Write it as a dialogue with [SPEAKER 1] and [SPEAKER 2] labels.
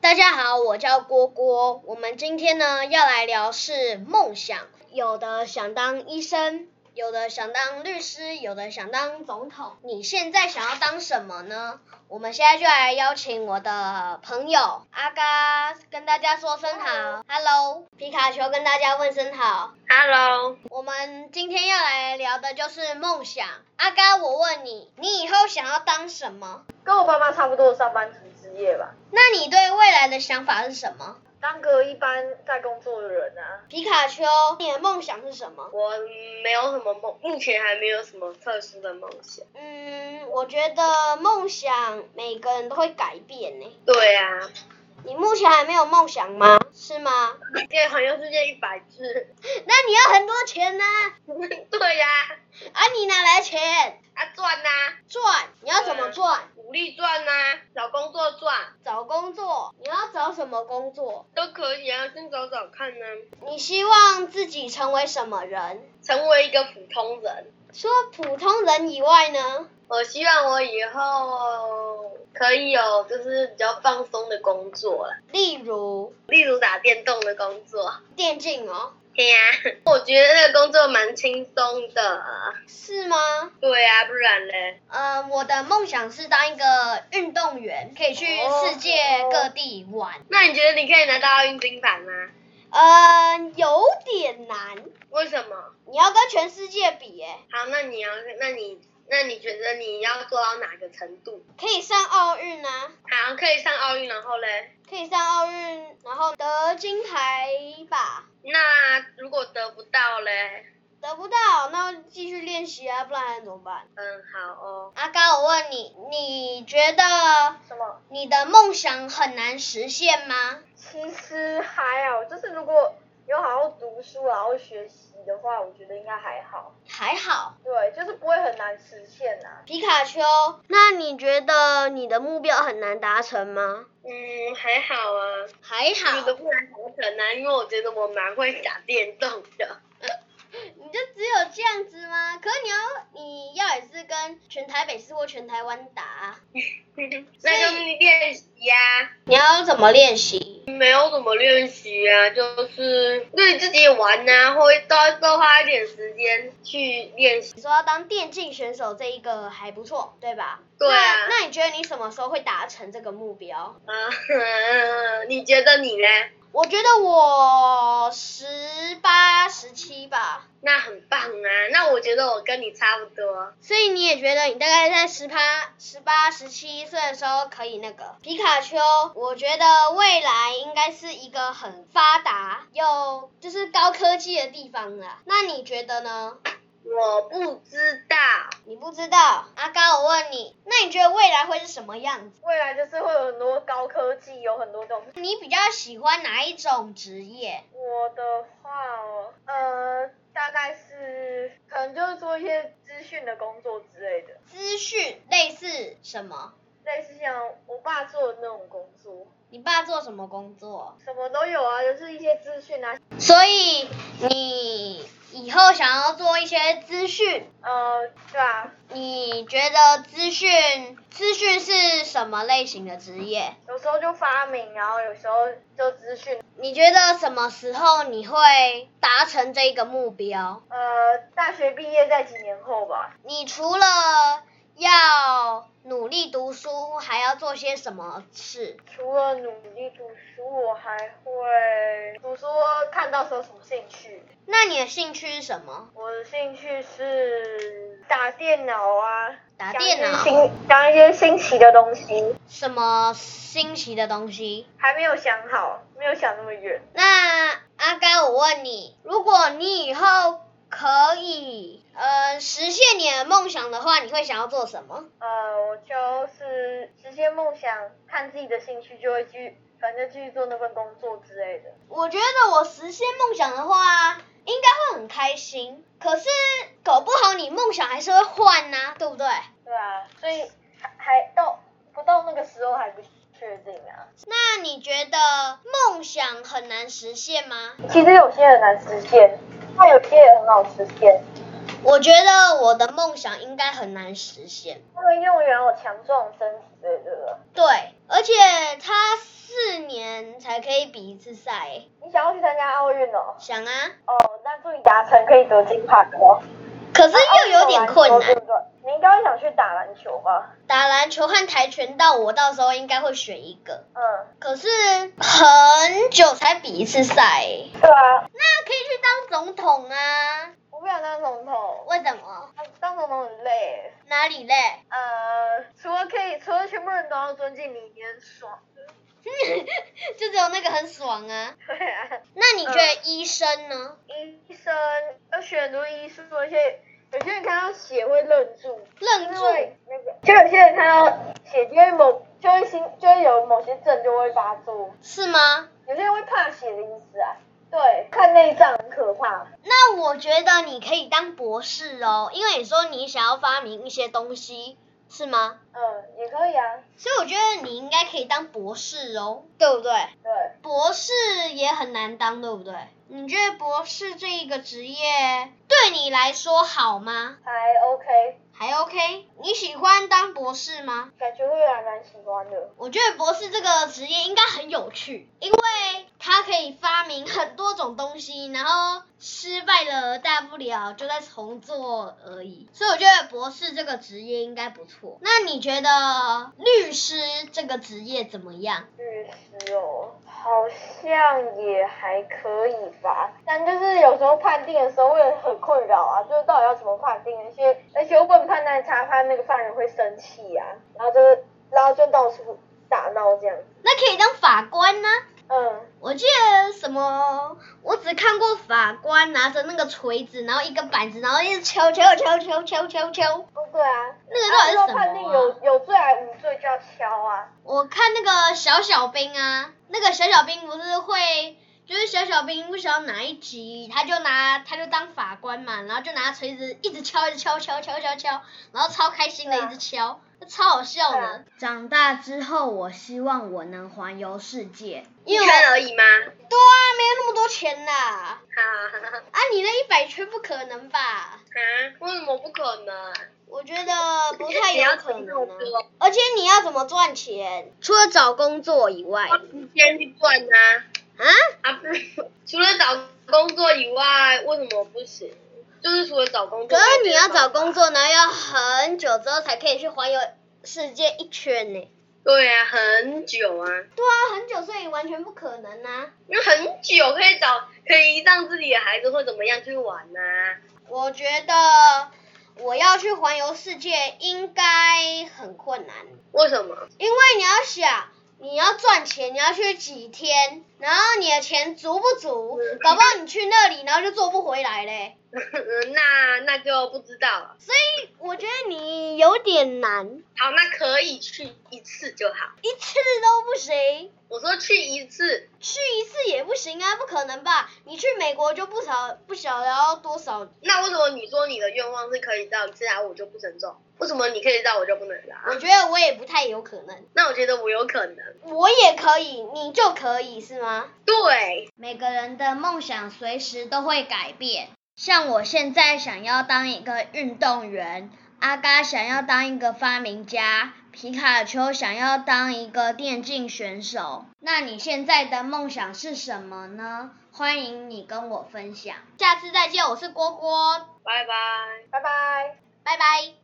[SPEAKER 1] 大家好，我叫郭郭。我们今天呢要来聊是梦想，有的想当医生，有的想当律师，有的想当总统。你现在想要当什么呢？我们现在就来邀请我的朋友阿嘎跟大家说声好，Hello，皮卡丘跟大家问声好。
[SPEAKER 2] Hello，
[SPEAKER 1] 我们今天要来聊的就是梦想。阿嘎，我问你，你以后想要当什么？
[SPEAKER 2] 跟我爸妈差不多的上班族职业吧，
[SPEAKER 1] 那你对未来的想法是什么？
[SPEAKER 2] 当个一般在工作的人啊。
[SPEAKER 1] 皮卡丘，你的梦想是什么？
[SPEAKER 2] 我没有什么梦，目前还没有什么特殊的梦想。
[SPEAKER 1] 嗯，我觉得梦想每个人都会改变呢。
[SPEAKER 2] 对啊，
[SPEAKER 1] 你目前还没有梦想吗？是吗？
[SPEAKER 2] 这环游世界一百次。
[SPEAKER 1] 那你要很多钱呢、啊，
[SPEAKER 2] 对呀、
[SPEAKER 1] 你哪来钱？
[SPEAKER 2] 啊，赚呐、
[SPEAKER 1] 赚，你要怎么赚？
[SPEAKER 2] 努力赚呐、找工作赚
[SPEAKER 1] 找工作，你要找什么工作？
[SPEAKER 2] 都可以啊，先找找看呢、
[SPEAKER 1] 你希望自己成为什么人？
[SPEAKER 2] 成为一个普通人，
[SPEAKER 1] 除了普通人以外呢？
[SPEAKER 2] 我希望我以后可以有就是比较放松的工作啦，
[SPEAKER 1] 例如
[SPEAKER 2] 例如打电动的工作。
[SPEAKER 1] 电竞哦，
[SPEAKER 2] 对呀、我觉得那个工作蛮轻松的。
[SPEAKER 1] 是吗？
[SPEAKER 2] 对呀、不然嘞？
[SPEAKER 1] 呃，我的梦想是当一个运动员，可以去世界各地玩。
[SPEAKER 2] 那你觉得你可以拿到奥运金牌吗？
[SPEAKER 1] 呃，有点难，
[SPEAKER 2] 为什么？
[SPEAKER 1] 你要跟全世界比、耶，
[SPEAKER 2] 好，那你要，那你，那你觉得你要做到哪个程度？
[SPEAKER 1] 可以上奥运啊，
[SPEAKER 2] 好，可以上奥运，然后嘞？
[SPEAKER 1] 可以上奥运，然后得金牌吧，
[SPEAKER 2] 那如果得不到嘞？
[SPEAKER 1] 得不到那继续练习啊，不然怎么办？
[SPEAKER 2] 嗯，好哦。
[SPEAKER 1] 阿高，我问你，你觉得
[SPEAKER 2] 什么？
[SPEAKER 1] 你的梦想很难实现吗？
[SPEAKER 2] 其实还好，就是如果有好好读书，然后学习的话，我觉得应该还好。
[SPEAKER 1] 还好，
[SPEAKER 2] 对，就是不会很难实现啊呐、
[SPEAKER 1] 皮卡丘，那你觉得你的目标很难达成吗？
[SPEAKER 2] 嗯，还好啊。
[SPEAKER 1] 还
[SPEAKER 2] 你的不难合成啊，因为我觉得我蛮会打电动
[SPEAKER 3] 嗯
[SPEAKER 2] 的。
[SPEAKER 1] 你就只有这样子吗？可是你要你要也是跟全台北市或全台湾打啊、
[SPEAKER 2] 那就练习呀、
[SPEAKER 1] 你要怎么练习？
[SPEAKER 2] 没有怎么练习呀、就是对自己玩呐、会多多花一点时间去练习。
[SPEAKER 1] 你说要当电竞选手这一个还不错，对吧？
[SPEAKER 2] 对啊
[SPEAKER 1] 那那你觉得你什么时候会达成这个目标？
[SPEAKER 2] 啊， 你觉得你呢？
[SPEAKER 1] 我觉得我十八、十七吧。
[SPEAKER 2] 那很棒啊！那我觉得我跟你差不多。
[SPEAKER 1] 所以你也觉得你大概在十八、十八、十七岁的时候可以那个皮卡丘？我觉得未来应该是一个很发达又就是高科技的地方啦。那你觉得呢？
[SPEAKER 2] 我不知道，
[SPEAKER 1] 你不知道，阿高，我问你，那你觉得未来会是什么样子？
[SPEAKER 3] 未来就是会有很多高科技，有很多东西。
[SPEAKER 1] 你比较喜欢哪一种职业？
[SPEAKER 3] 我的话哦，呃，大概是可能就是做一些资讯的工作之类的，
[SPEAKER 1] 资讯类似什么？
[SPEAKER 3] 类似像我爸做的那种工作，
[SPEAKER 1] 你爸做什么工作？
[SPEAKER 3] 什么都有啊，就是一些资讯啊，
[SPEAKER 1] 所以你以后想要做一些资讯，
[SPEAKER 3] 呃，对啊，
[SPEAKER 1] 你觉得资讯资讯是什么类型的职业？
[SPEAKER 3] 有时候就发明，然后有时候就资讯，
[SPEAKER 1] 你觉得什么时候你会达成这个目标？
[SPEAKER 3] 呃，大学毕业在几年后吧，
[SPEAKER 1] 你除了要努力读书，还要做些什么事？
[SPEAKER 3] 除了努力读书，我还会读书看到时候什么兴趣。
[SPEAKER 1] 那你的兴趣是什么？
[SPEAKER 3] 我的兴趣是打电脑啊，
[SPEAKER 1] 打电
[SPEAKER 3] 想一些
[SPEAKER 1] 脑？
[SPEAKER 3] 新想一些新奇的东西，
[SPEAKER 1] 什么新奇的东西？
[SPEAKER 3] 还没有想好，没有想那么远。
[SPEAKER 1] 那阿该，我问你，如果你以后可以呃实现你的梦想的话，你会想要做什么？
[SPEAKER 3] 呃，我就是实现梦想，看自己的兴趣就会去，反正继续做那份工作之类的。
[SPEAKER 1] 我觉得我实现梦想的话，应该会很开心。可是搞不好你梦想还是会换呐、对不对？
[SPEAKER 3] 对啊，所以还还到不到那个时候还不确定啊。
[SPEAKER 1] 那你觉得梦想很难实现吗？
[SPEAKER 3] 其实有些很难实现，那有些也很好实现。
[SPEAKER 1] 我觉得我的梦想应该很难实现。
[SPEAKER 3] 因为运动员有强壮身体之类的。
[SPEAKER 1] 对，而且他四年还可以比一次赛耶，
[SPEAKER 3] 你想要去参加奥运哦？
[SPEAKER 1] 想啊，
[SPEAKER 3] 哦，那祝你达成可以得金牌哦。
[SPEAKER 1] 可是哎又有点困
[SPEAKER 2] 哦
[SPEAKER 3] 打
[SPEAKER 1] 难。
[SPEAKER 3] 篮球对不对你应该会想去打篮球吧？
[SPEAKER 1] 打篮球和跆拳道，我到时候应该会选一个。
[SPEAKER 3] 嗯，
[SPEAKER 1] 可是很久才比一次赛耶，
[SPEAKER 3] 对啊，
[SPEAKER 1] 那可以去当总统啊？
[SPEAKER 3] 我不想当总统，
[SPEAKER 1] 为什么？
[SPEAKER 3] 当当总统很累。
[SPEAKER 1] 哪里累？
[SPEAKER 3] 呃，除了可以，除了全部人都要尊敬你，你很爽。
[SPEAKER 1] 就只有那个很爽啊。
[SPEAKER 3] 对啊，
[SPEAKER 1] 那你觉得医生呢？
[SPEAKER 3] 医生要选读医术，而且有些人看到血会愣住，
[SPEAKER 1] 愣
[SPEAKER 3] 就
[SPEAKER 1] 住，
[SPEAKER 3] 会那个，就有些人看到血就会某就会心就会有某些症就会发作，
[SPEAKER 1] 是吗？
[SPEAKER 3] 有些人会怕血的意思啊。对，看内脏很可怕。
[SPEAKER 1] 那我觉得你可以当博士哦，因为你说你想要发明一些东西，是吗？
[SPEAKER 3] 嗯，也可以啊。
[SPEAKER 1] 所以我觉得你应该可以当博士哦，对不对？
[SPEAKER 3] 对，
[SPEAKER 1] 博士也很难当，对不对？你觉得博士这一个职业对你来说好吗？
[SPEAKER 3] 还 OK，
[SPEAKER 1] 还 OK？你喜欢当博士吗？
[SPEAKER 3] 感觉会还蛮喜欢的。
[SPEAKER 1] 我觉得博士这个职业应该很有趣，因为它可以发明很多种东西，然后失败了大不了就再重做而已。所以我觉得博士这个职业应该不错。那你觉得律师这个职业怎么样？
[SPEAKER 3] 律师哦，好像也还可以吧，但就是有时候判定的时候会很困扰啊，就是到底要怎么判定，而且而且又不能判断他判那个犯人会生气啊，然后就是然后就到处打闹这样，
[SPEAKER 1] 那可以当法官呢、
[SPEAKER 3] 嗯，
[SPEAKER 1] 我记得什么，我只看过法官拿着那个锤子，然后一个板子，然后一直敲敲敲敲敲敲敲。
[SPEAKER 3] 哦对啊，
[SPEAKER 1] 那个到底是
[SPEAKER 3] 啊
[SPEAKER 1] 什么啊
[SPEAKER 3] 判定有有罪还无罪就要敲啊，
[SPEAKER 1] 我看那个小小兵啊，那个小小兵不是会，就是小小兵不晓得哪一集，他就拿他就当法官嘛，然后就拿锤子一直敲，一直敲，敲敲敲敲，然后超开心的
[SPEAKER 3] 对
[SPEAKER 1] 一
[SPEAKER 3] 啊
[SPEAKER 1] 直敲，超好笑
[SPEAKER 3] 对
[SPEAKER 1] 的
[SPEAKER 3] 啊。
[SPEAKER 1] 长大之后，我希望我能环游世界，
[SPEAKER 2] 一
[SPEAKER 1] 因为我
[SPEAKER 2] 圈而已吗？
[SPEAKER 1] 对啊，没有那么多钱啦。
[SPEAKER 2] 哈哈哈哈
[SPEAKER 1] 啊，你那一百圈不可能吧？
[SPEAKER 2] 啊， 为什么不可能？
[SPEAKER 1] 我觉得不太
[SPEAKER 2] 你要
[SPEAKER 1] 有
[SPEAKER 2] 怎
[SPEAKER 1] 可
[SPEAKER 2] 么
[SPEAKER 1] 能、啊。
[SPEAKER 2] 做？
[SPEAKER 1] 而且你要怎么赚钱？除了找工作以外，
[SPEAKER 2] 花时间去赚呐、
[SPEAKER 1] 啊，
[SPEAKER 2] 啊！不，除了找工作以外，为什么不行？就是除了找工
[SPEAKER 1] 可
[SPEAKER 2] 作，
[SPEAKER 1] 是你要找工
[SPEAKER 2] 作，
[SPEAKER 1] 作呢，要很久之后才可以去环游世界一圈呢。
[SPEAKER 2] 对啊，很久啊，
[SPEAKER 1] 对啊，很久，所以完全不可能啊。
[SPEAKER 2] 因为很久可以找，可以让自己的孩子或怎么样去玩啊呐、
[SPEAKER 1] 我觉得我要去环游世界应该很困难。
[SPEAKER 2] 为什么？
[SPEAKER 1] 因为你要想，你要赚钱，你要去几天，然后你的钱足不足
[SPEAKER 2] 嗯，
[SPEAKER 1] 搞不好你去那里，然后就做不回来嘞。
[SPEAKER 2] 那那就不知道了。
[SPEAKER 1] 所以我觉得你有点难，
[SPEAKER 2] 好，那可以去一次就好。
[SPEAKER 1] 一次都不行，
[SPEAKER 2] 我说去一次，
[SPEAKER 1] 去一次也不行啊，不可能吧？你去美国就不少不晓得要多少，
[SPEAKER 2] 那为什么你说你的愿望是可以到一次啊，我就不尊重？为什么你可以到我就不能
[SPEAKER 1] 我
[SPEAKER 2] 到？
[SPEAKER 1] 觉得我也不太有可能。
[SPEAKER 2] 那我觉得我有可能。
[SPEAKER 1] 我也可以，你就可以是吗？
[SPEAKER 2] 对，
[SPEAKER 1] 每个人的梦想随时都会改变。像我现在想要当一个运动员，阿嘎想要当一个发明家，皮卡丘想要当一个电竞选手。那你现在的梦想是什么呢？欢迎你跟我分享。下次再见，我是郭郭，
[SPEAKER 2] 拜拜。
[SPEAKER 3] 拜拜。
[SPEAKER 1] 拜拜。